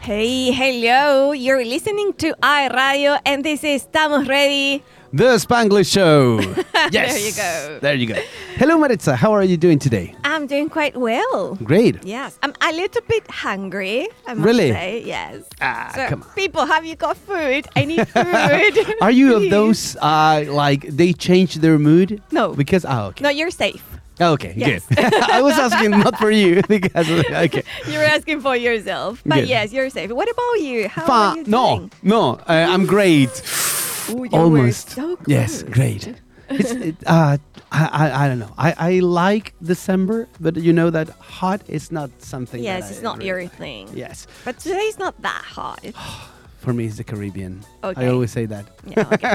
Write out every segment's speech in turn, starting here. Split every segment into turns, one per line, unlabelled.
Hey, hello. You're listening to I Radio, and this is Estamos Ready.
The Spanglish Show. yes.
you go.
There you go. Hello, Maritza. How are you doing today?
I'm doing quite well.
Great.
Yes, I'm a little bit hungry. I must
Really?
Say. Yes.
Ah,
so,
come on.
people, have you got food? I need food.
Are you of
Please.
those uh, like they change their mood?
No.
Because oh, okay.
No,
Ah,
you're safe.
Okay,
Yes.
good. I was asking not for you because okay.
You were asking for yourself, but
Good.
yes, you're safe. What about you? How are
Fa-
you
no,
doing?
no. Uh, I'm great.
Ooh, you were
Almost.
so
yes,
close.
great. It's, it, uh, I, I, I don't know. I, I like December, but you know that hot is not something. that
Yes,
I
it's not
really
your
like.
thing.
Yes,
But today's not that hot. Yeah,
for me it's the Caribbean.
Okay.
I always say that.
okay.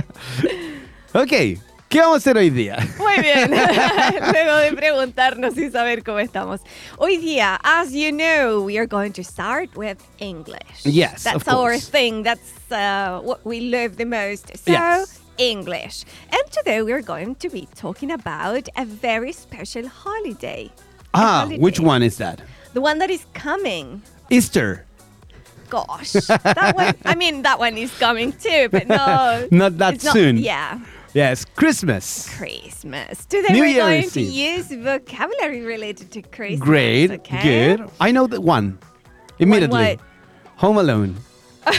Ok, ¿qué vamos a hacer hoy día?
Muy bien. Luego de preguntarnos y saber cómo estamos. Hoy día, as you know, we are going to start with English.
Yes,
That's
of
our
course.
thing. That's uh, what we love the most. So,
Yes.
English. And today we are going to be talking about a very special holiday. A
Ah,
holiday.
which one is that?
The one that is coming.
Easter.
Gosh, that one. I mean, that one is coming too, but no,
Not that
it's not-
soon.
Yeah.
Yes, Christmas.
Christmas. Today
New
we're going
Year's
to
Eve.
use vocabulary related to Christmas.
Great,
okay?
good. I know that one. Immediately.
what?
Home Alone.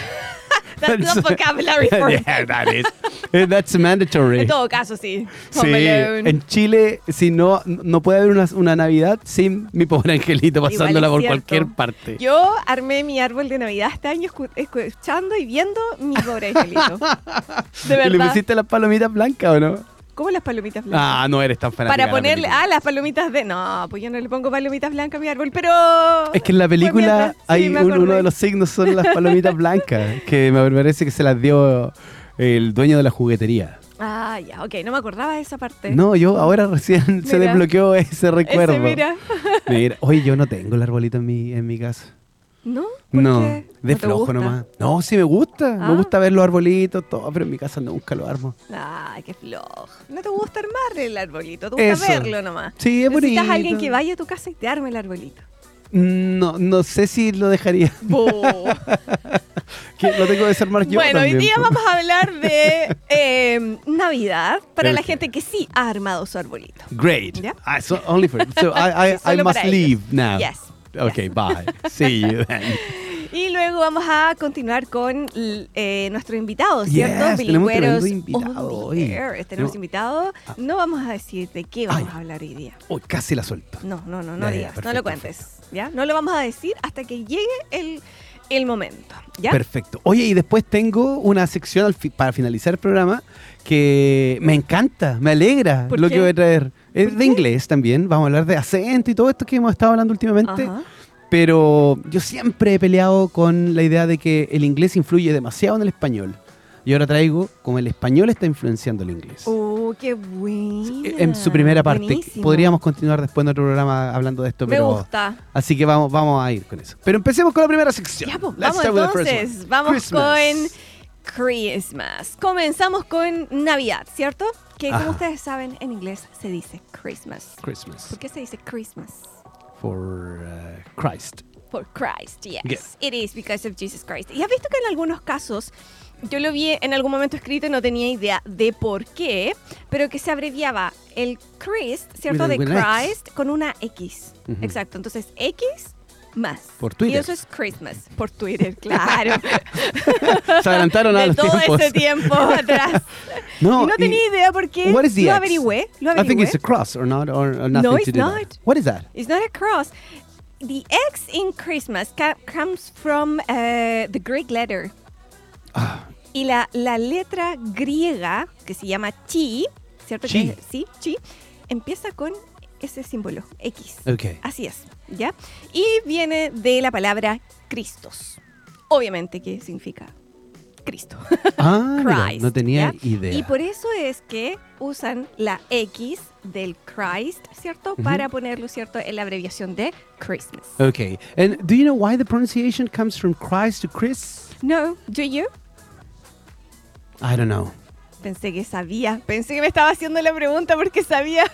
That's not vocabulary for me.
yeah, that is. Eh, That's mandatory.
En todo caso, sí. Home
Sí,
Alone.
en Chile, si no, no puede haber una, una Navidad sin mi pobre angelito
Igual
pasándola
es
por
cierto.
cualquier parte.
Yo armé mi árbol de Navidad este año escu- escuchando y viendo mi pobre angelito. De
¿Y le
verdad.
pusiste las palomitas blancas o no?
¿Cómo las palomitas blancas?
Ah, no eres tan fanática. de
Para
la
ponerle.
película.
Ah, las palomitas de. No, pues yo no le pongo palomitas blancas a mi árbol, pero.
Es que en la
fue
película
mientras- sí,
hay
me
un- uno
acordé.
de los signos son las palomitas blancas, que me parece que se las dio el dueño de la juguetería.
Ah, ya, ok, no me acordaba de esa parte.
No, yo ahora recién se
Mira.
desbloqueó ese recuerdo.
Ese, mira.
Mira, oye, yo no tengo el arbolito en mi, en mi casa.
¿No? ¿Por
No,
qué?
de
¿No te
flojo
gusta?
nomás. No, sí me gusta,
Ah.
me gusta ver los arbolitos, todo, pero en mi casa nunca los armo.
Ay, qué flojo. No te gusta armar el arbolito, te
Eso.
gusta verlo nomás.
Sí, es
Necesitas
bonito.
alguien que vaya a tu casa y te arme el arbolito.
No, no sé si lo dejaría. Que lo tengo que desarmar yo
bueno, hoy
también, pues.
día
po.
vamos a hablar de eh, Navidad para la
Ok.
gente que sí ha armado su arbolito.
Great.
Yeah.
I so only for so I I, I
Solo
must
para ellos.
leave now.
Yes.
Okay, bye. See you then.
Y luego vamos a continuar con l- eh, nuestro invitado,
Yes,
¿cierto?
tenemos
Bilingüeros
tremendo invitado
on
hoy.
the air. Tenemos
Tenemos- Ah.
invitado. No vamos a decir de qué vamos
Ay.
a hablar hoy día.
Uy, casi la suelto.
No, no, no, no
Ya, ya,
digas, no lo
perfecto,
cuentes. ¿Ya? No lo vamos a decir hasta que llegue el, el momento. ¿Ya?
Perfecto. Oye, y después tengo una sección al fi- para finalizar el programa que me encanta, me alegra
¿Por
lo
qué?
que voy a traer. Es
¿Por
de
qué?
inglés también, vamos a hablar de acento y todo esto que hemos estado hablando últimamente.
Ajá.
Pero yo siempre he peleado con la idea de que el inglés influye demasiado en el español. Y ahora traigo como el español está influenciando el inglés.
Oh, qué bueno.
en su primera parte. Podríamos continuar después en otro programa hablando de esto,
Me
pero
gusta.
así que vamos, vamos a ir con eso. Pero empecemos con la primera sección.
Ya, pues,
Let's
vamos
start with the first one.
entonces. Vamos
Christmas.
con Christmas. Comenzamos con Navidad, ¿cierto? Que como
Ajá.
ustedes saben, en inglés se dice Christmas.
Christmas
¿Por qué se dice Christmas?
for uh, Christ.
For Christ, yes.
Yes.
It is because of Jesus Christ. Y has visto que en algunos casos, yo lo vi en algún momento escrito y no tenía idea de por qué, pero que se abreviaba el Christ, ¿cierto?
With
De
an- with an X.
Christ con una X.
Ujú.
Exacto. Entonces, X más.
Por Twitter.
Y eso es Christmas. Por Twitter, claro.
Se adelantaron a
de
los
todo
tiempos.
ese tiempo atrás.
No,
y no
y-
tenía idea por qué.
What is the
lo
X?
averigüé. Lo
I think
averigüé.
it's a cross or not or, or nothing
it's
to do that.
not.
What is that?
It's not a cross. The X in Christmas ca- comes from uh, the Greek letter. Y la, la letra griega, que se llama chi, ¿cierto?
Chi.
Que es- sí, chi, empieza con ese símbolo, X.
Okay.
Así es, ¿ya? Y viene de la palabra Cristos. Obviamente que significa Cristo.
Ah, mira,
Christ,
no tenía
¿ya?
idea.
Y por eso es que usan la X del Christ, ¿cierto? Para ponerlo, ¿cierto? En la abreviación de Christmas.
Okay. And do you know why the pronunciation comes from Christ to Chris?
No, do you?
I don't know.
Pensé que sabía. Pensé que me estaba haciendo la pregunta porque sabía.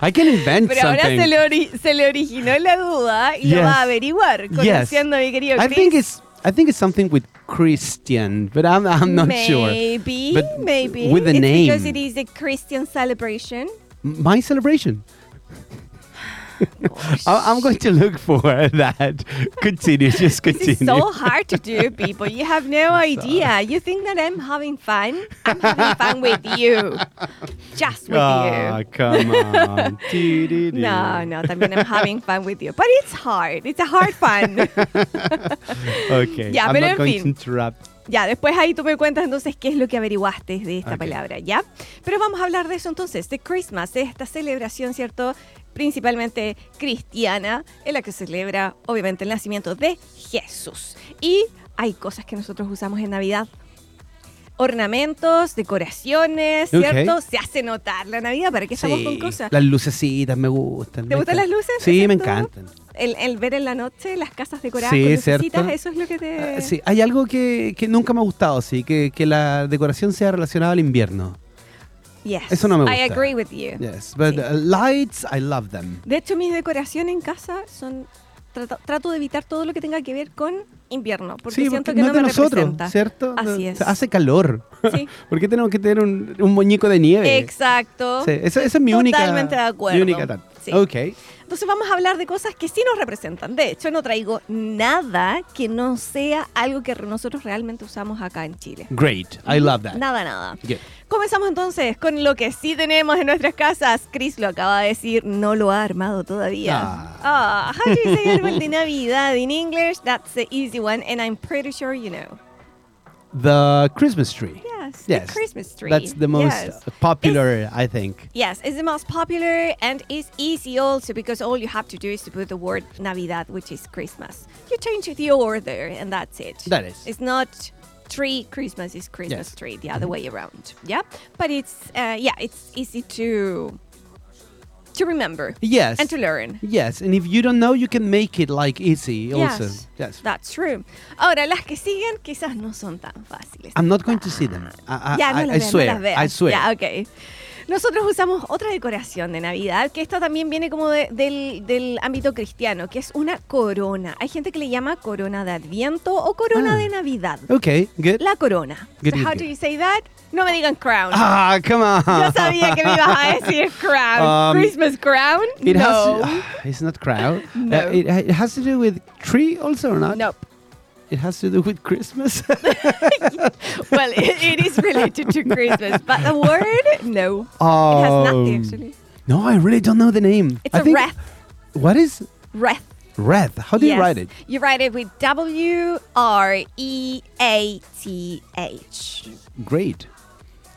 I can invent
Pero ahora
something.
se le, ori- se le originó la duda y lo
Yes.
va a averiguar.
Yes.
Conociendo a mi querido
I
Chris.
think it's I think it's something with Christian, but I'm, I'm not sure.
Maybe,
But
maybe.
with the
it's
name.
Because it is a Christian celebration.
My celebration. I- I'm going to look for that. Continue, just
This
continue.
is so hard to do, people. You have no idea. You think that I'm having fun? I'm having fun with you. Just with
Ah,
you.
come on. Dee-dee-dee.
No, no, también I'm having fun with you. But it's hard. It's a hard fun.
Okay.
Ya,
I'm
pero
not
en
going
fin.
to interrupt.
Ya, después ahí tú me cuentas entonces qué es lo que averiguaste de esta
Ok.
palabra, ¿ya? Pero vamos a hablar de eso entonces, de Christmas, de esta celebración, ¿cierto? Principalmente cristiana, en la que se celebra, obviamente, el nacimiento de Jesús. Y hay cosas que nosotros usamos en Navidad. Ornamentos, decoraciones,
Ok.
¿cierto? Se hace notar la Navidad, ¿para qué estamos con
Sí,
cosas?
Las lucecitas me gustan.
¿Te
me
gustan las luces?
Sí,
¿Eso
me
es todo?
encantan.
El, el ver en la noche las casas decoradas
Sí,
con lucecitas,
¿cierto?
eso es lo que te...
Ah, Sí, hay algo que, que nunca me ha gustado, sí, que, que la decoración sea relacionada al invierno.
Yes,
Eso no me
I
gusta.
agree with you.
Yes, but
Sí.
uh, lights, I love them.
De hecho, mis decoraciones en casa son. Trato, trato de evitar todo lo que tenga que ver con invierno, porque
sí,
siento
porque
que no,
no es de
me
nosotros,
representa.
¿cierto? No,
Así es.
o sea, hace calor.
Sí,
¿Por qué tenemos que tener un, un moñico de nieve?
exacto.
Sí, esa, esa es mi única.
Totalmente de acuerdo.
Mi única tal.
Sí.
Ok.
Entonces vamos a hablar de cosas que sí nos representan. De hecho, no traigo nada que no sea algo que nosotros realmente usamos acá en Chile.
Great. I love that.
Nada, nada.
Good.
Comenzamos entonces con lo que sí tenemos en nuestras casas. Chris lo acaba de decir, no lo ha armado todavía. Ah, how do you say árbol de Navidad in English? That's the easy one, and I'm pretty sure you know.
The Christmas tree.
Yes,
Yes.
the Christmas tree.
That's the most
Yes.
uh, popular, I think.
Yes, it's the most popular and it's easy also because all you have to do is to put the word Navidad, which is Christmas. You change the order and that's it.
That is.
It's not tree Christmas, it's Christmas
Yes. Mm-hmm.
tree the other way around. Yeah, but it's uh, yeah, it's easy to to remember
Yes.
and to learn.
Yes, and if you don't know, you can make it like easy also.
Yes,
Yes.
that's true. Ahora las que siguen quizás no son tan fáciles.
I'm not going to see them. I, I,
ya,
I,
no las
Ah, I
veas, no
swear.
las veas.
I swear.
Ya, ok. Nosotros usamos otra decoración de Navidad, que esta también viene como de- del, del ámbito cristiano, que es una corona. Hay gente que le llama corona de Adviento o corona
Ah.
de Navidad.
Okay, good.
La corona.
Good,
So
good,
how
good.
do you say that? No me digan crown.
ah, come on.
Yo sabía que me ibas a decir crown.
Um,
Christmas crown.
It
no.
has. Ah. it's not crowd. Uh,
No.
it, it has to do with tree also or not?
Nope.
It has to do with Christmas.
Well, it, it is related to Christmas, but the word, no. It has nothing
Um,
actually.
No, I really don't know the name.
It's
a
a wreath.
What is
Wreath.
wreath? How do you
Yes.
write it?
You write it with W R E A T H.
Great.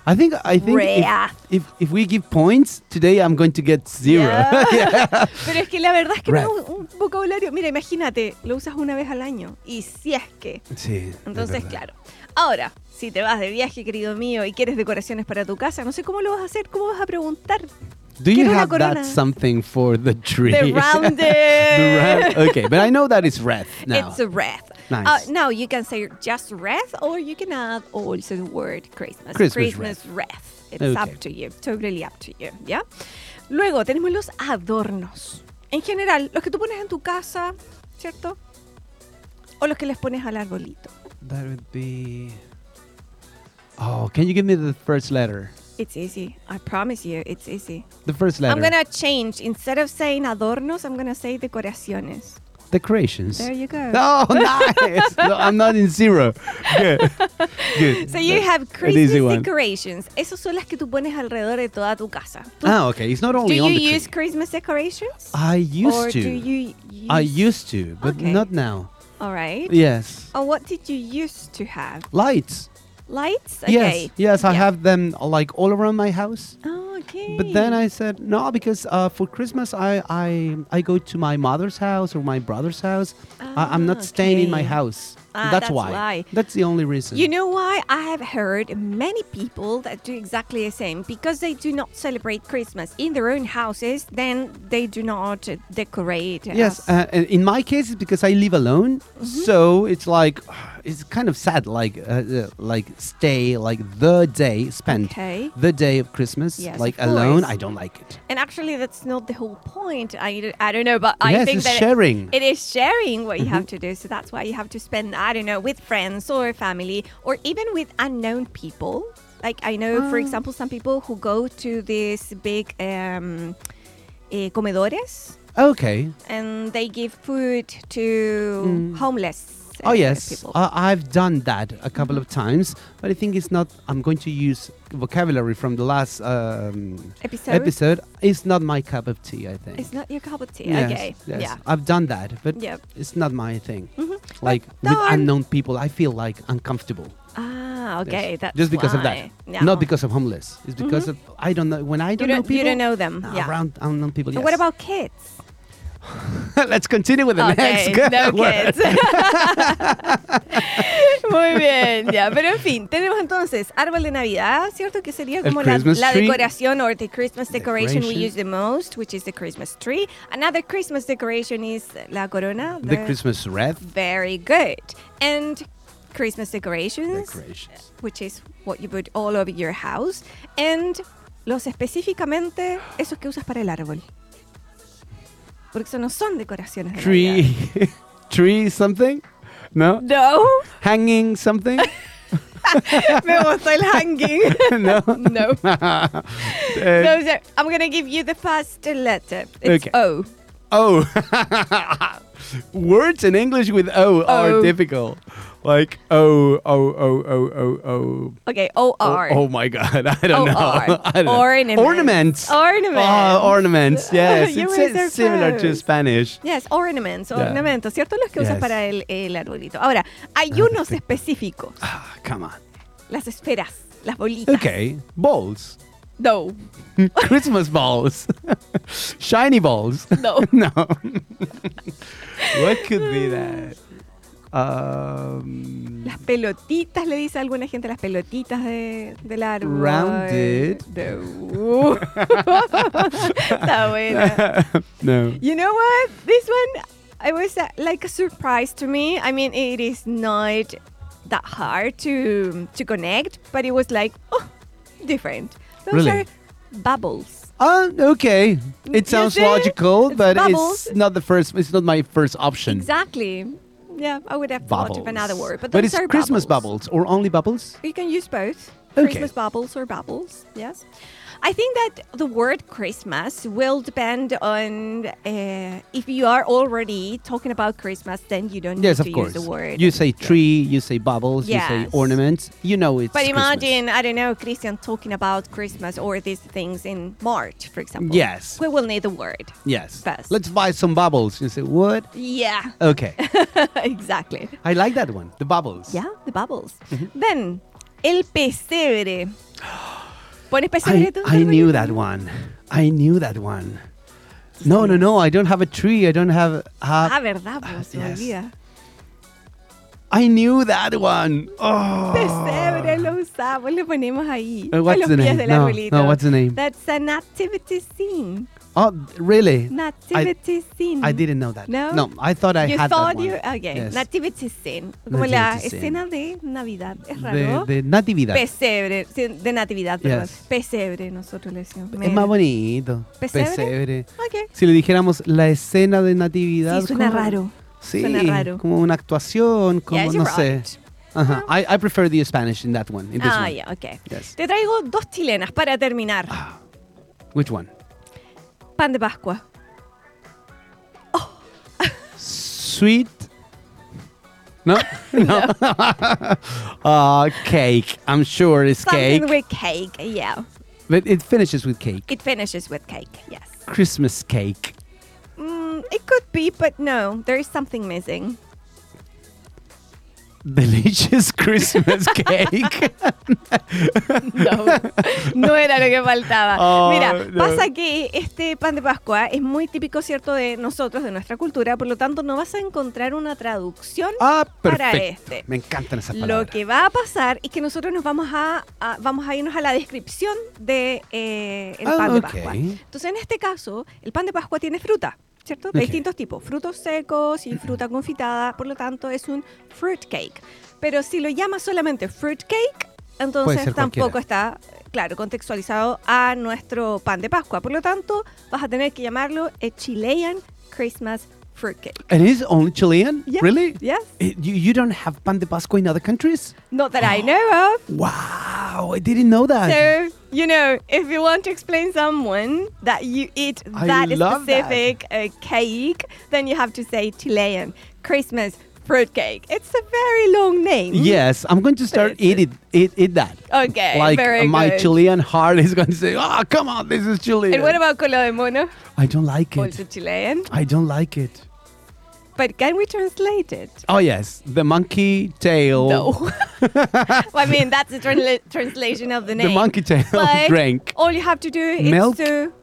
I think I think if,
Wreath.
if if we give points today, I'm going to get zero.
Yeah. Pero es que la verdad es que no es
Wreath.
un, un vocabulario. Mira, imagínate, lo usas una vez al año. Y si es que.
sí. de
Entonces,
verdad.
claro. Ahora, si te vas de viaje, querido mío, y quieres decoraciones para tu casa, no sé cómo lo vas a hacer, cómo vas a preguntar.
Do you
Quiero una
have
corona.
that something for the tree?
The rounded.
The wreath. Okay, but I know that it's wreath now.
It's a wreath.
Nice.
Uh, now you can say just wreath, or you can add also the word Christmas.
Christmas
wreath. It's
Okay.
up to you. Totally up to you. ¿Ya? Luego tenemos los adornos. En general, los que tú pones en tu casa, ¿cierto? O los que les pones al arbolito.
that would be. Oh, can you give me the first letter?
It's easy. I promise you, it's easy.
The first letter.
I'm gonna change. Instead of saying adornos, I'm gonna say decoraciones.
Decorations.
There you go.
Oh, nice! no, I'm not in zero. Good. Good.
So you have
An easy
Christmas
one.
decorations. Esas son las que tú pones alrededor de toda tu casa. Tú
Ah, okay. It's not
Do
only
you
on the
use
tree.
Christmas decorations?
I used
or
to.
do you use?
I used to, but
Okay.
not now.
All right.
Yes.
Oh, what did you used to have?
Lights.
Lights? Okay.
Yes. Yes, I
Yeah.
have them uh, like all around my house.
Oh, okay.
But then I said no because uh, for Christmas I, I I go to my mother's house or my brother's house. I, I'm
Ah,
not staying in my
okay.
house.
Ah,
that's
that's
why.
why.
That's the only reason.
You know why? I have heard many people that do exactly the same because they do not celebrate Christmas in their own houses. Then they do not uh, decorate.
Yes,
as- Mm-hmm.
uh, and in my case, it's because I live alone, so it's like it's kind of sad, like uh, uh, like stay, like the day spent,
Okay.
the day of Christmas,
Yes,
like
of course.
alone. I don't like it.
And actually, that's not the whole point. I, I don't know, but I
yes,
think
it's
that
sharing. Mm-hmm.
it is sharing what you have to do. So that's why you have to spend, I don't know, with friends or family or even with unknown people. Like, I know,
Ah.
for example, some people who go to these big um, eh, comedores
okay.
and they give food to homeless.
Oh
uh,
yes,
people.
uh, I've done that a couple of times, but I think it's not. I'm going to use vocabulary from the last um,
episode.
episode. It's not my cup of tea. I think.
It's not your cup of tea.
Yes,
okay.
yes.
Yeah. Mm-hmm.
I've done that, but
Yep.
it's not my thing. Like
no,
with
I'm-
unknown people, I feel like uncomfortable.
Ah,
Yes.
okay. That's
just because of
why.
that.
Yeah. Mm-hmm.
Not because of homeless. It's because of I don't know when I
you
don't, know
don't,
people. Ah,
you don't know them.
No,
yeah.
Around unknown people.
And what
yes.
about kids?
Let's continue with the
Okay,
next good
no
word.
kids. Muy bien, ya. Pero en fin, tenemos entonces árbol de Navidad, ¿cierto? Que sería
El
como la,
Christmas
la
tree.
decoración or the Christmas decoration, we
Decoration.
use the most, which is the Christmas tree. Another Christmas decoration is la corona.
The Christmas wreath.
Very good. And Christmas decorations,
Decorations.
which is what you put all over your house. And los específicamente esos que usas para el árbol. Porque eso no son decoraciones de Navidad.
Tree. Tree something? No?
No.
Hanging something? Uh,
Me gustó el hanging.
no?
no.
Eh,
No, so I'm going to give you the first letter. It's
Okay.
O.
Oh. Words in English with O
Oh.
are difficult. Like O, O, O, O, O, O.
Okay, O R.
Oh, oh my God! I don't know.
OR.
I don't know.
Ornaments.
Ornaments.
Ornaments.
Ah, ornaments. Yes,
You
it's
were so
si- similar to
close.
Spanish.
Yes, ornaments,
Yeah.
ornamentos, ¿cierto? Los que usas
Yes.
para el, el arbolito. Ahora, hay unos específicos,
Ah, come on.
las esferas, las bolitas.
Okay, balls.
No,
Christmas balls. Shiny balls.
no.
no. what could be that? Um,
Las pelotitas, le dice a alguna gente, las pelotitas de, del árbol.
Rounded.
No. Está buena.
no.
You know what? This one, it was uh, like a surprise to me. I mean, it is not that hard to to connect, but it was like oh, different. Those
Really?
are bubbles.
Uh, okay.
You
It sounds
see?
logical,
It's
but
bubbles.
it's not the first. It's not my first option.
Exactly. Yeah, I would have
Bubbles.
thought of another word, but,
but
those
it's
are
Christmas
bubbles.
bubbles or only bubbles?
You can use both.
Okay.
Christmas bubbles or bubbles, yes. I think that the word Christmas will depend on uh, if you are already talking about Christmas, then you don't
Yes,
need
of
to
course.
use the word.
You say tree, you say bubbles, you
Yes.
say ornaments. You know it's.
But
Christmas.
imagine, I don't know, Christian talking about Christmas or these things in March, for example.
Yes.
We will need a word.
Yes.
Fest.
Let's buy some bubbles. You say what?
Yeah,
Okay.
exactly.
I like that one. The bubbles.
Yeah, the bubbles.
Mm-hmm.
Then, el pesebre. ¿Pones pesebre
I,
tú?
I knew that one. I knew that one. No, no, no. I don't have a tree. I don't have.
Ah,
Uh,
verdad, pues, se me
yes.
olvida.
I knew that one.
Pesebre
Oh.
lo usamos, lo ponemos ahí.
Uh,
a
what's
los
the
pies
name?
del
No,
arbolito.
no, what's the name?
That's a nativity scene.
Oh, really?
Nativity scene.
I didn't know that.
No?
No, I thought I
you
had
thought
that one.
you okay.
Yes.
Nativity scene. Como la
Nativity scene.
escena de Navidad. Es
De,
raro.
de natividad.
Pesebre. sí, De Natividad, perdón.
Yes.
Pesebre, nosotros le decimos.
es más bonito.
¿Pesebre?
Pesebre.
Ok.
Si le dijéramos la escena de natividad.
Sí, suena
como-
raro.
Sí,
Suena raro.
como una actuación, como
Yes,
no
you're
sé.
right.
Ajá. I, I prefer the Spanish in that one. In this
Ah,
one.
ya, ok.
Yes. Ah.
Te traigo dos chilenas para terminar.
Which one?
Pan de Pascua.
Sweet. No, no. uh, cake. I'm sure it's
Something
cake,
with cake, yeah.
but it finishes with cake.
It finishes with cake, yes.
Christmas cake.
Mm, it could be, but no, there is something missing.
Delicious Christmas cake.
No, no era lo que faltaba.
Oh,
Mira,
no.
pasa que este pan de Pascua es muy típico, ¿cierto?, de nosotros, de nuestra cultura, por lo tanto no vas a encontrar una traducción.
ah,
Para
perfecto.
este.
Me encantan esas
Lo
palabras.
que va a pasar es que nosotros nos vamos a, a- vamos a irnos a la descripción de eh, el
Ah,
pan de
ok.
Pascua. Entonces, en este caso, el pan de Pascua tiene fruta. ¿cierto? De
Ok.
distintos tipos, frutos secos y fruta confitada, por lo tanto es un fruit cake. Pero si lo llamas solamente fruit cake, entonces
ser
tampoco está, claro, contextualizado a nuestro pan de Pascua. Por lo tanto, vas a tener que llamarlo a Chilean Christmas fruit cake.
And it's only Chilean?
Yeah.
Really?
Yes,
Eh, You, you don't have pan de Pascua in other countries?
not that I know of.
Wow, I didn't know that.
So, you know, if you want to explain someone that you eat
I
that
love that.
specific Uh, cake, then you have to say Chilean Christmas fruit cake. It's a very long name.
Yes, I'm going to start
It's-
eat it, eat, eat that.
Okay,
Like
very
my
good.
Chilean heart is going to say, "Ah, come on, this is Chilean."
And what about color de mono?
I don't like
Also
it.
Chilean.
I don't like it.
But can we translate it?
Oh yes, the monkey tail.
No. I mean, that's the tranla- translation of the
The
name. oh.
monkey tail
But
drank.
All you have to do is
Milk?
to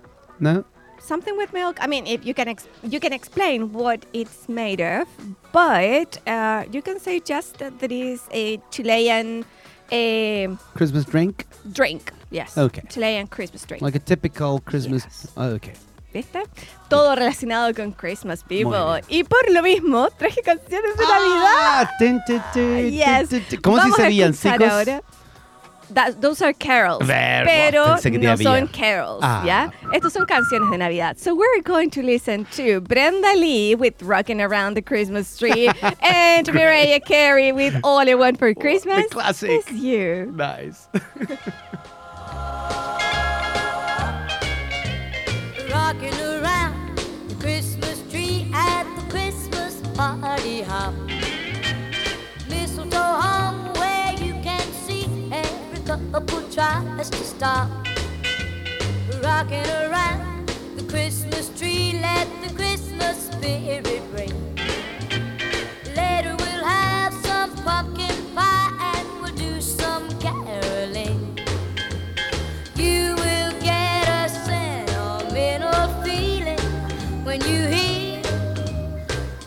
No.
something with milk. I mean, if you can ex- you can explain what it's made of, but uh, you can say just that it is a Chilean eh,
Christmas drink,
drink. Yes.
Okay.
Chilean Christmas drink.
like a typical Christmas.
Yes.
Oh, okay.
¿Viste? Todo relacionado con Christmas, people.
bien.
Y por lo mismo, traje canciones de Navidad.
Ah, tin, tin, tin,
Yes.
tin, tin. ¿Cómo se
Vamos a
dice
escuchar
villancicos?
ahora. That- those are carols.
Ver,
pero
pensé que
no
tenía
son
villa.
carols,
Ah.
¿ya? Estos son canciones de Navidad. So we're going to listen to Brenda Lee with Rockin' Around the Christmas Tree and Mariah Carey with All I Want for Christmas
Oh, classic.
is You.
Nice.
rocking around the Christmas tree at the Christmas party hop. Mistletoe hung where you can see every couple tries to stop. Rocking around the Christmas tree, let the Christmas spirit ring. Later we'll have some pumpkin pie and we'll do some caroling. You will get a sentimental feeling when you hear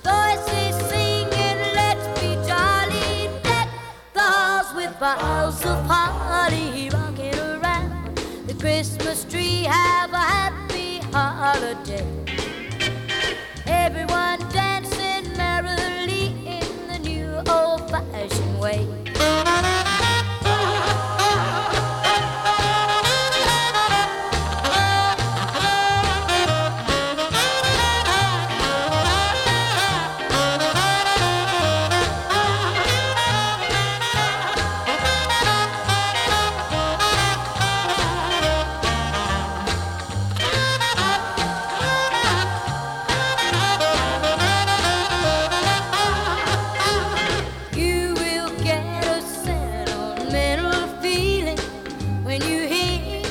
voices singing, let's be jolly, deck the halls with boughs of holly, rocking around the Christmas tree, have a happy holiday. Everyone dancing merrily in the new old-fashioned way. You will get a sentimental feeling when you hear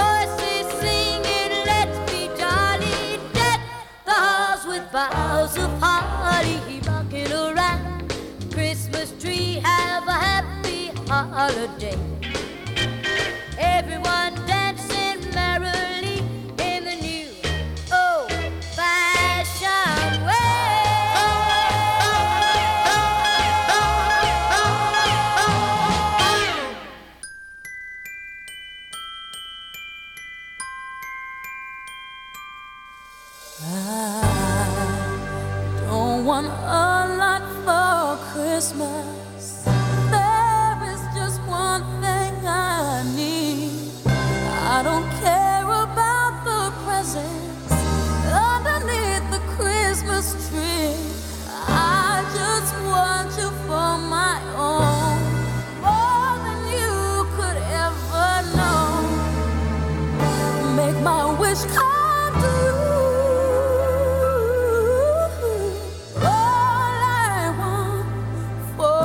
voices singing, let's be jolly, deck the halls with boughs of holly, rocking around the Christmas tree, have a happy holiday. Everyone dancing merrily in the new old fashioned way. I don't want a lot for Christmas. There is just one thing I need. I don't care about the presents underneath the Christmas tree. I just want you for my own, more than you could ever know make my wish come true. All I want for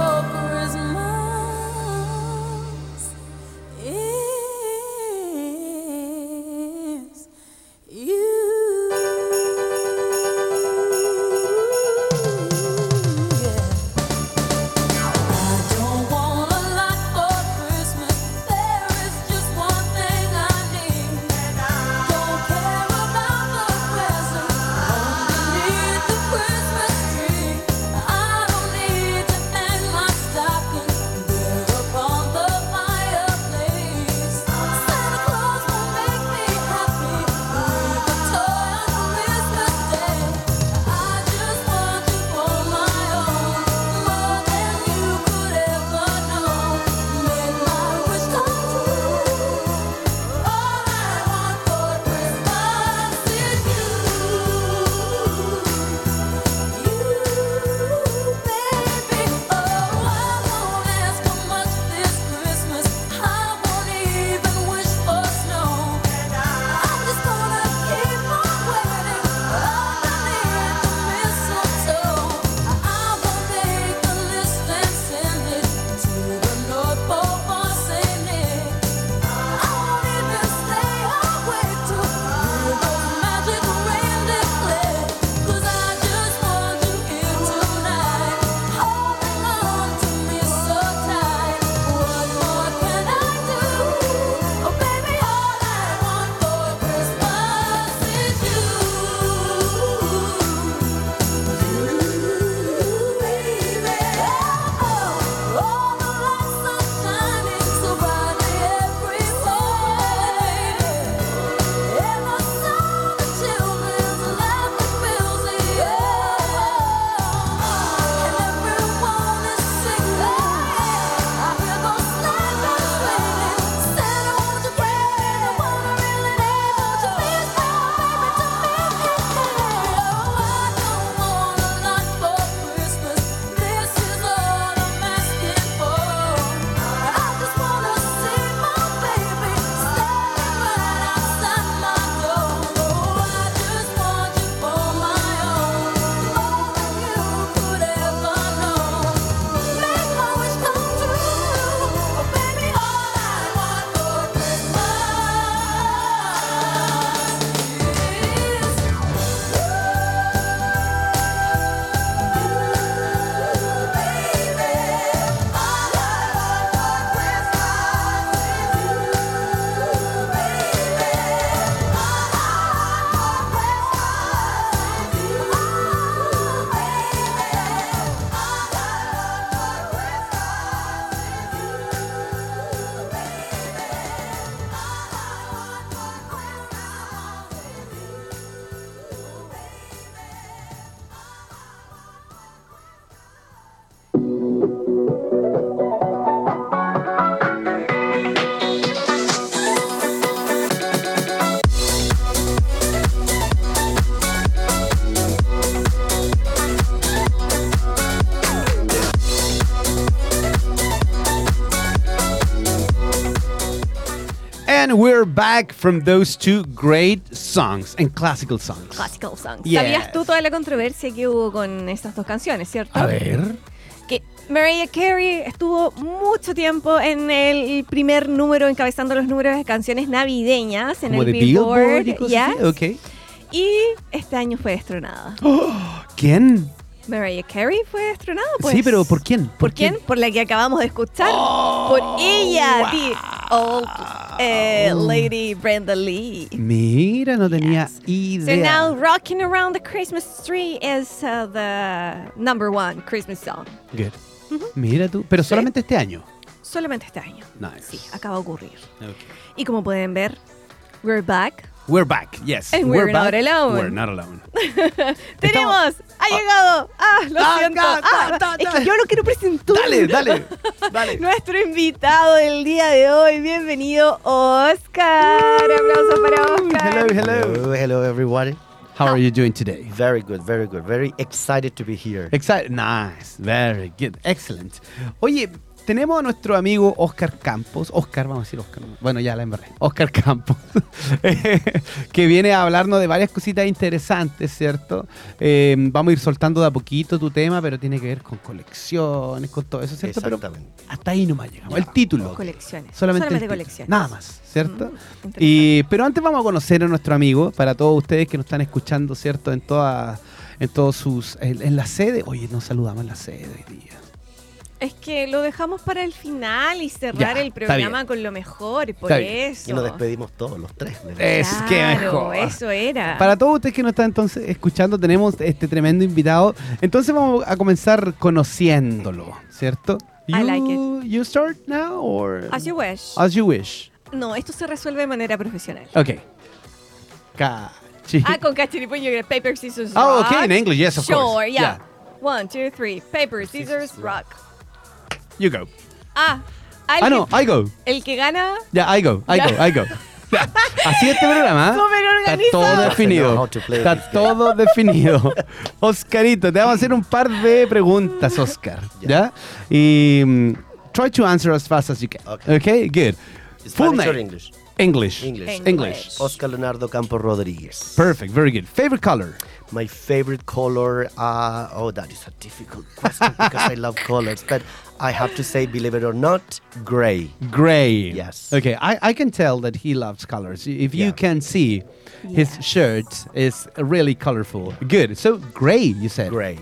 back from those two great songs and classical songs.
Classical songs.
Yes.
¿Sabías tú toda la controversia que hubo con estas dos canciones, cierto?
A ver.
Que Mariah Carey estuvo mucho tiempo en el primer número, encabezando los números de canciones navideñas en
Como
el
de Billboard. y
Billboard.
cosas
yes.
así, ok. Oh.
Y este año fue destronada.
¿Quién?
Mariah Carey fue destronada, pues.
sí, pero ¿por quién? Oh,
¿Por quién? Por la que acabamos de escuchar. Por ella, the old eh,
Mm.
lady Brenda Lee.
Mira, no tenía
Yes. So
idea.
now Rocking Around the Christmas Tree is uh, the number one Christmas song.
Good. Mira tú, pero solamente este año.
Solamente este año.
Nice.
Sí, acaba de ocurrir. Y como pueden ver, we're back.
We're back, yes.
And we're not alone.
We're not alone.
¡Tenemos! ¡Ha llegado! ¡Ah, lo
Ah,
siento!
acá,
Ah,
acá, acá,
es
acá.
que yo lo quiero presentar.
Dale, dale, dale.
Nuestro invitado del día de hoy. Bienvenido, Oscar. Aplauso para Oscar.
Hello, hello.
Hello, hello, everybody.
How are you doing today?
Very good, very good. Very excited to be here.
Excited. Nice. Very good. Excellent. Oye, tenemos a nuestro amigo Oscar Campos. Oscar, vamos a decir Oscar. ¿no? Bueno, ya la embarré. Oscar Campos. que viene a hablarnos de varias cositas interesantes, ¿cierto? Eh, vamos a ir soltando de a poquito tu tema, pero tiene que ver con colecciones, con todo eso, ¿cierto? Pero
Exactamente.
hasta ahí nomás llegamos.
Ya.
El título.
Colecciones.
Solamente, el título.
colecciones.
Nada más, ¿cierto?
Mm, interesante.
Y, pero antes vamos a conocer a nuestro amigo, para todos ustedes que nos están escuchando, ¿cierto? En todas, en todos sus, en, en la sede. Oye, nos saludamos en la sede hoy día.
Es que lo dejamos para el final y cerrar
Ya,
el
está bien.
programa con lo mejor, por
Está bien.
eso.
Y nos despedimos todos los tres. ¿verdad?
Eh, Es que
Claro,
mejor.
Eso era.
Para todos ustedes que nos están entonces escuchando, tenemos este tremendo invitado. Entonces vamos a comenzar conociéndolo, ¿cierto?
I like
You start now or
As you wish.
As you wish.
No, esto se resuelve de manera profesional.
Ok. Cachi.
Ah, con cachiripuño y paper, scissors,
Oh,
rock.
okay, in English, yes, of
sure,
course.
yeah. One, two, three. Paper, scissors, rock.
You go.
Ah, alguien-
Ah, no, I go.
el que gana...
Ya, I go, I
Ya.
go, I go. Ya. Así este programa. ¿eh?
Súper
Está
organizado.
todo
I know
definido.
how to play this
Está
game.
todo definido. Oscarito, te vamos a hacer un par de preguntas, Oscar. ¿Ya? Y mm, try to answer as fast as you can.
Okay.
Okay, good. Full
Spanish or
name.
English?
English.
English.
English.
Oscar Leonardo Campos Rodriguez.
Perfect, very good. Favorite color?
My favorite color. Uh, oh, that is a difficult question because I love colors, but I have to say, believe it or not, gray.
Gray.
Yes.
Okay, I, I can tell that he loves colors. If you
Yeah.
can see, his
Yes.
shirt is really colorful. Good. So, gray, you said?
Gray.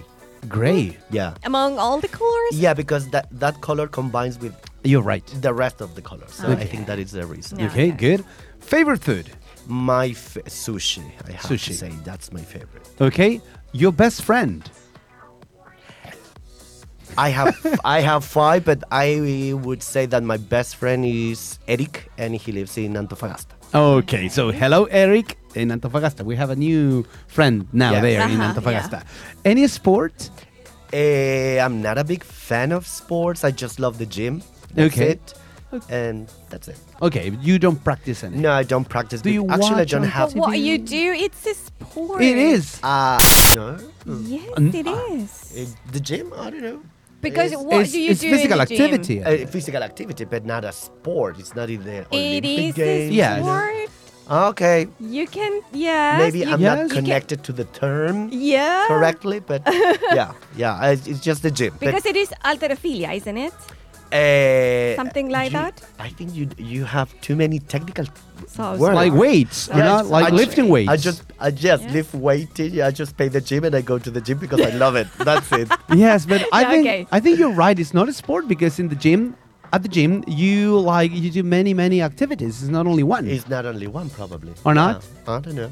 Gray.
Yeah.
Among all the colors?
Yeah, because that, that color combines with
You're right.
the rest of the colors. So I think that is the reason.
Yeah.
Okay,
Okay.
good. Favorite food?
My fa- sushi. I have
Sushi.
to say that's my favorite.
Okay. Your best friend?
I have I have five, but I would say that my best friend is Eric, and he lives in Antofagasta.
Okay, so hello, Eric in Antofagasta. We have a new friend now
Yes.
there in
Uh-huh,
Antofagasta. Any sport?
Eh, I'm not a big fan of sports. I just love the gym. That's
Okay.
it. And that's it.
Okay, you don't practice any.
No, I don't practice.
Do
bec-
you
Actually, I
watch
don't
on
have.
But what you do, it's a sport.
It is.
Uh, no.
Yes,
Mm.
it is.
Eh, the gym? I don't know.
Because
It's-
what
it's
do you
it's
do in
physical
the gym?
activity. I
a
think.
physical activity, but not a sport. It's not in the
It
Olympic
is
Games.
a
Yes.
sport.
Okay.
You can, yes.
Maybe
you
I'm
can-
Yes.
not connected to the term.
Yeah.
correctly, but yeah, yeah, I- it's just the gym.
Because
but,
it is alterophilia, isn't it?
uh,
something like
you-
that?
I think you you have too many technical
So-
words.
Like weights, you
Yeah,
know,
it's-
like
I just-
lifting weights.
I just I just
Yeah.
lift weighted. I just pay the gym and I go to the gym because I love it. That's it.
yes, but I
Yeah,
think
okay.
I think you're right. It's not a sport because in the gym, at the gym, you like you do many many activities. It's not only one.
It's not only one probably.
Or not?
Yeah, I don't know.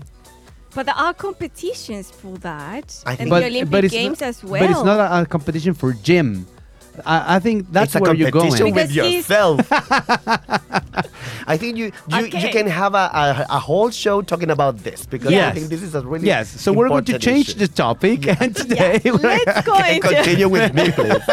But there are competitions for that.
I
and
think-
the
But-
Olympic
it's
Games
not,
as well.
But it's not a, a competition for gym. I, I think that's
it's a
where you're going.
competition with
Because it's-
yourself. I think you you,
Okay.
you can have a, a, a whole show talking about this because I
Yes.
think this is a really
Yes, so we're going to
important
change
issue.
the topic, and today we're-
Let's go
And
into
continue with me, please.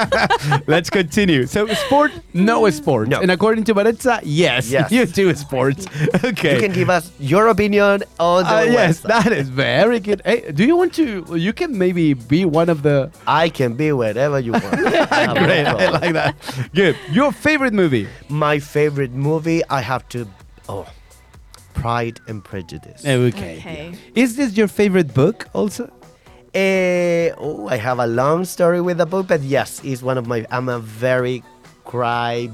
let's continue. So, sport, no
Hmm.
sport,
No.
and according to Baretza, yes,
Yes.
you do sport. Okay,
You can give us your opinion on the
Uh, yes,
website.
that is very good. Hey, do you want to? You can maybe be one of the
I can be wherever you want. I'm no
great. I
problem.
like that. Good. Your favorite movie?
My favorite movie, I have to. Oh, Pride and Prejudice.
Okay.
Okay.
yeah. Is this your favorite book also?
Eh, oh, I have a long story with the book, but yes, it's one of my. I'm a very cry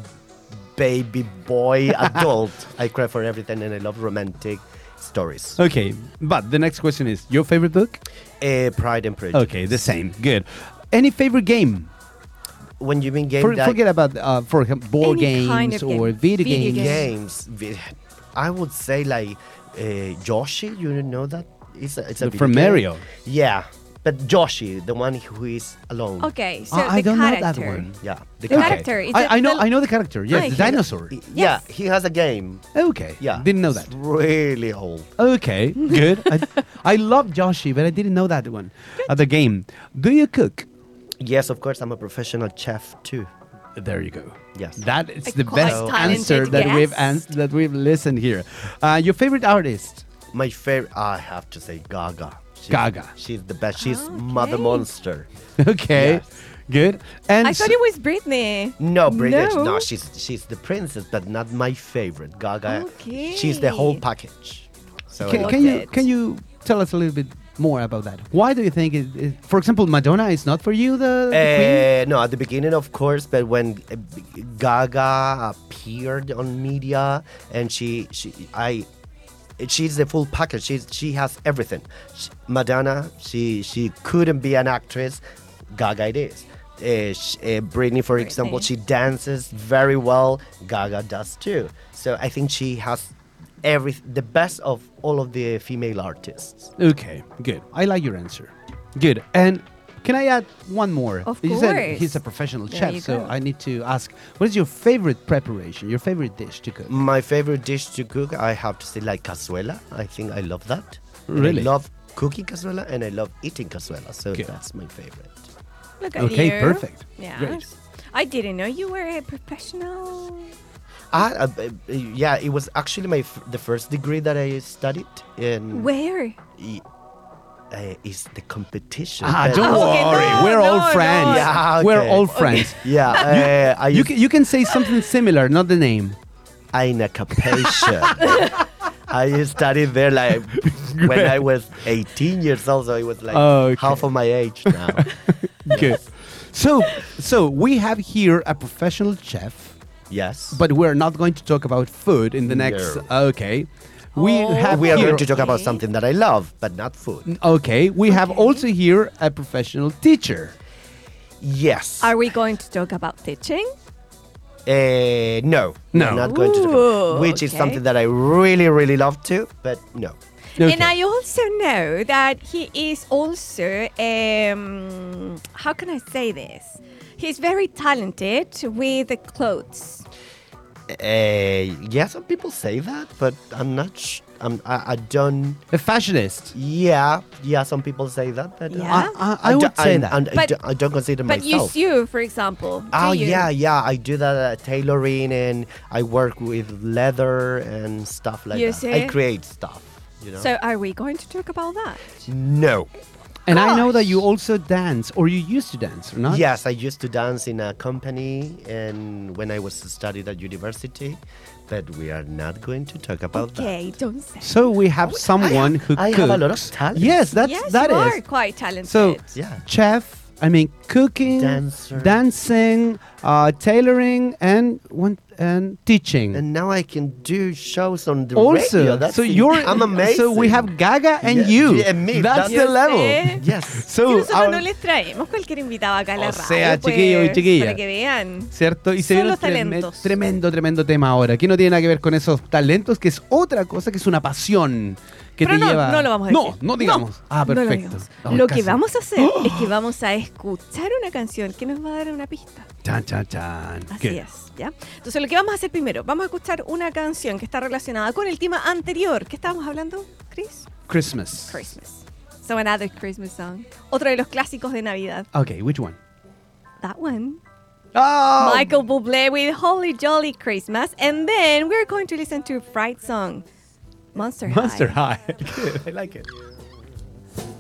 baby boy adult. I cry for everything, and I love romantic stories.
Okay. But the next question is your favorite book?
Eh, Pride and Prejudice.
Okay, the same. Good. Any favorite game?
When you mean game,
For,
that-
forget about, uh, for example, board
Any
games
kind of game.
or video,
Video
games.
game.
games. vi- I would say like uh, Yoshi. You know that it's a, it's a
The-
video
From
game.
Mario.
Yeah, but Yoshi, the one who is alone.
Okay, so
Ah,
the
I don't know
character.
that one.
Yeah,
The
guy.
character. It's a
I, I know
fel-
I know the character. Yes,
Okay.
the dinosaur.
Y-
Yes.
Yeah, he has a game.
Okay.
Yeah,
Didn't know
it's
that.
Really old.
Okay. Good. I, I love Joshi, but I didn't know that one. Uh, the game. Do you cook?
Yes, of course, I'm a professional chef too.
There you go.
Yes.
That is
A
the best
quite talented
answer that we've ans-
guest.
that we've listened here. Uh, your favorite artist?
My favorite, I have to say, Gaga. She's,
Gaga.
She's the best. She's Mother
Okay.
Monster.
Okay.
Yes.
Good. And Mm.
I thought it was Britney.
No, British. No.
No.
she's she's the princess, but not my favorite. Gaga.
Okay.
She's the whole package.
Oh,
So I
can,
love
can
her.
you
it.
can you tell us a little bit more about that? Why do you think it, it- for example, Madonna is not for you the, the
Eh.
queen?
Uh, no, at the beginning, of course, but when uh, B- Gaga appeared on media and she, she, I, she's the full package. She's, she has everything. Sh Madonna, she, she couldn't be an actress. Gaga it is. Uh, sh uh, Britney, for example,
Britney.
she dances very well. Gaga does too. So I think she has every the best of all of the female artists.
Okay, good. I like your answer. Good. And can I add one more?
Of
You said
course.
he's a professional
There
chef,
you
so
go.
I need to ask what is your favorite preparation, your favorite dish to cook?
Mm.
My favorite dish to cook, I have to say, like cazuela. I think I love that. And
Really?
I love cooking cazuela and I love eating cazuela. So
Good.
that's my favorite.
Look at
Okay,
you.
perfect.
Yeah.
Great.
I didn't know you were a professional.
I, uh, uh, yeah, it was actually my f- the first degree that I studied in.
Where?
i- uh, is the competition?
Ah,
but-
don't
Okay,
worry.
no,
We're all
no, no.
friends.
Yeah,
We're
okay.
all friends.
Yeah, uh, I
You
used
can you can say something similar, not the name.
Einakapatia. I studied there like when I was 18 years old, so it was like
Oh, Okay.
half of my age now.
Good. So so we have here a professional chef,
yes.
but we're not going to talk about food in the next.
No.
Okay. We
Oh.
have
we are
here,
going to talk about
Okay.
something that I love, but not food.
Okay, we have
Okay.
also here a professional teacher.
Yes.
Are we going to talk about teaching?
Eh, no.
No.
We're Not going to talk
Ooh,
about, which is
okay.
something that I really, really love to, but no.
Okay.
And I also know that he is also, um, how can I say this? He's very talented with the clothes.
Eh, yeah, some people say that, but I'm not. Sh- I'm, I, I don't.
a fashionist.
Yeah, yeah. Some people say that, but uh,
Yeah.
I, I, I
do-
would say
and-
that.
and I,
But-
do, I don't consider
But you
myself.
sew, for example. do
Ah,
oh
you?
yeah, yeah. I do that uh, tailoring, and I work with leather and stuff like
You
that.
see?
I create stuff. You know.
So are we going to talk about that?
no.
and I know that you also dance, or you used to dance, or not?
Yes, I used to dance in a company and when I was studied at university, but we are not going to talk about
Okay, don't say.
So we have someone who
I
cooks.
have a lot of talent.
Yes, that's
Oh, yes,
that
you
is.
are quite talented.
So
that. Yeah.
chef, I mean cooking,
Dancer.
dancing, uh, tailoring, and one and teaching.
And now I can do shows on the
also,
radio. That's
so
in-
you're
I'm amazing.
So we have Gaga and
Yeah,
you.
yeah, and me,
That's
that's-
the
You
level.
see?
Yes.
Que
So
nosotros
our-
no les traemos cualquier invitado acá a la
O
radio,
sea,
pues,
chiquillos y chiquillas.
Para que vean.
¿Cierto? Y se
Solo
vieron treme-
talentos.
tremendo, tremendo tema ahora, que no tiene nada que ver con esos talentos, que es otra cosa, que es una pasión que
Pero
te
no,
lleva...
no lo vamos a
No,
decir.
no digamos. ah,
No lo
perfecto.
digamos.
Oh,
lo
casi.
que vamos a hacer es que vamos a escuchar una canción que nos va a dar una pista.
Chan, chan, chan.
Así
Good.
es, ¿ya? Entonces lo que vamos a hacer primero, vamos a escuchar una canción que está relacionada con el tema anterior que estábamos hablando, Chris.
Christmas.
Christmas. So another Christmas song. Otro de los clásicos de Navidad.
Okay, which one?
That one.
Oh,
Michael Bublé with Holy Jolly Christmas. And then we're going to listen to Fright Song. Monster,
Monster
High.
High. Good, I like it.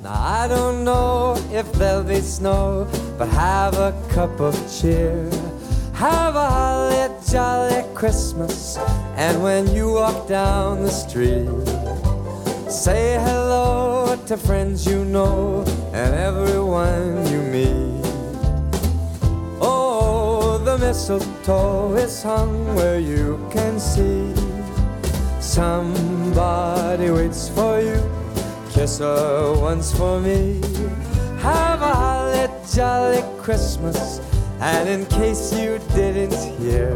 Now I don't know if there'll be snow, but have a cup of cheer. Have a holly jolly Christmas. And when you walk down the street, say hello to friends you know and everyone you meet. Oh, the mistletoe is hung where you can see. Somebody waits for you. Kiss her once for me. Have a holly jolly Christmas. And in case you didn't hear,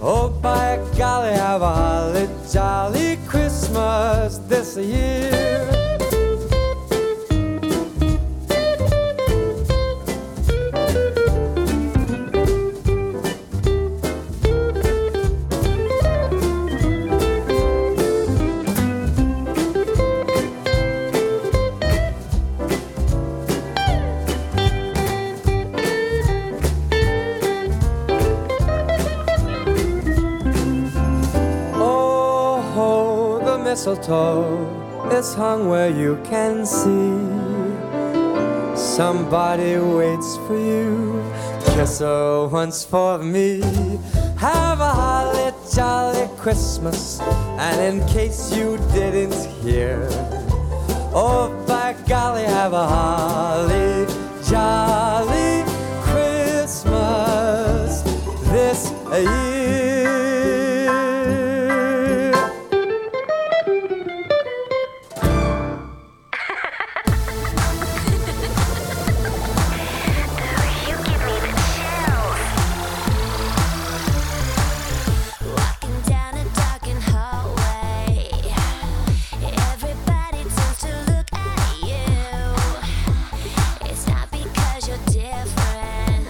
oh by golly, have a holly jolly Christmas this year. Oh, ho, the mistletoe is hung where you can see. Somebody waits for you. Kiss her once for me. Have a holly jolly Christmas. And in case you didn't hear, oh, by golly, have a holly jolly Christmas this year.
Walking down a darkened hallway, everybody turns to look at you. It's not because you're different,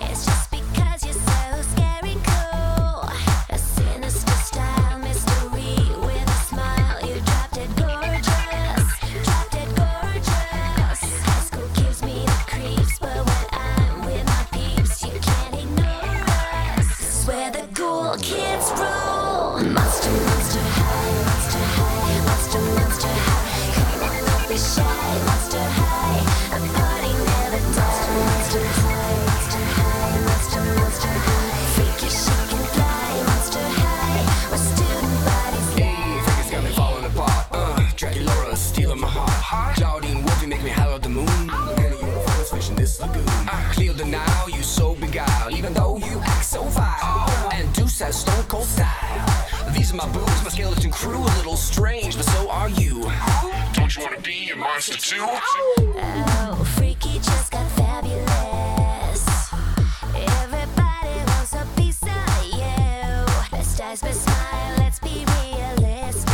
it's just because you're so scary cool. A sinister style mystery with a smile. You dropped it gorgeous, dropped it gorgeous. High school gives me the creeps, but when I'm with my peeps, you can't ignore us. Where the cool kids rule. Monster, monster, high, monster, high, monster, monster, high. Come on, don't be shy, monster, high. The party never dies. Monster, monster, high, monster, high, monster, monster, high. Freaky, chic, and fly, monster, high. We're student bodies
Vegas got me falling apart. Uh, Dracula stealing my heart. Jardine Wolfie make me howl at the moon. Penny universe fishing this lagoon. I clear the Nile, you so beguiled. Even though you act so vile. And Deuce has stone cold style. These are my boobs, my skeleton crew. A little strange, but so are you. Don't you wanna be a monster too?
Oh, freaky just got fabulous. Everybody wants a piece of you. Best eyes, best smile, let's be realistic.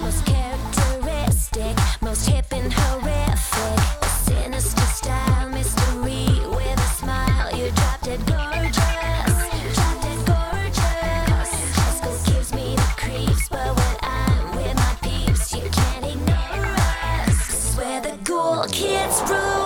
Most characteristic, most hip and horrific. A sinister style, mystery with a smile. You dropped it gorgeous, dropped it gorgeous. High school gives me the creeps, but when I'm with my peeps, you can't ignore us. Where the cool kids rule. E E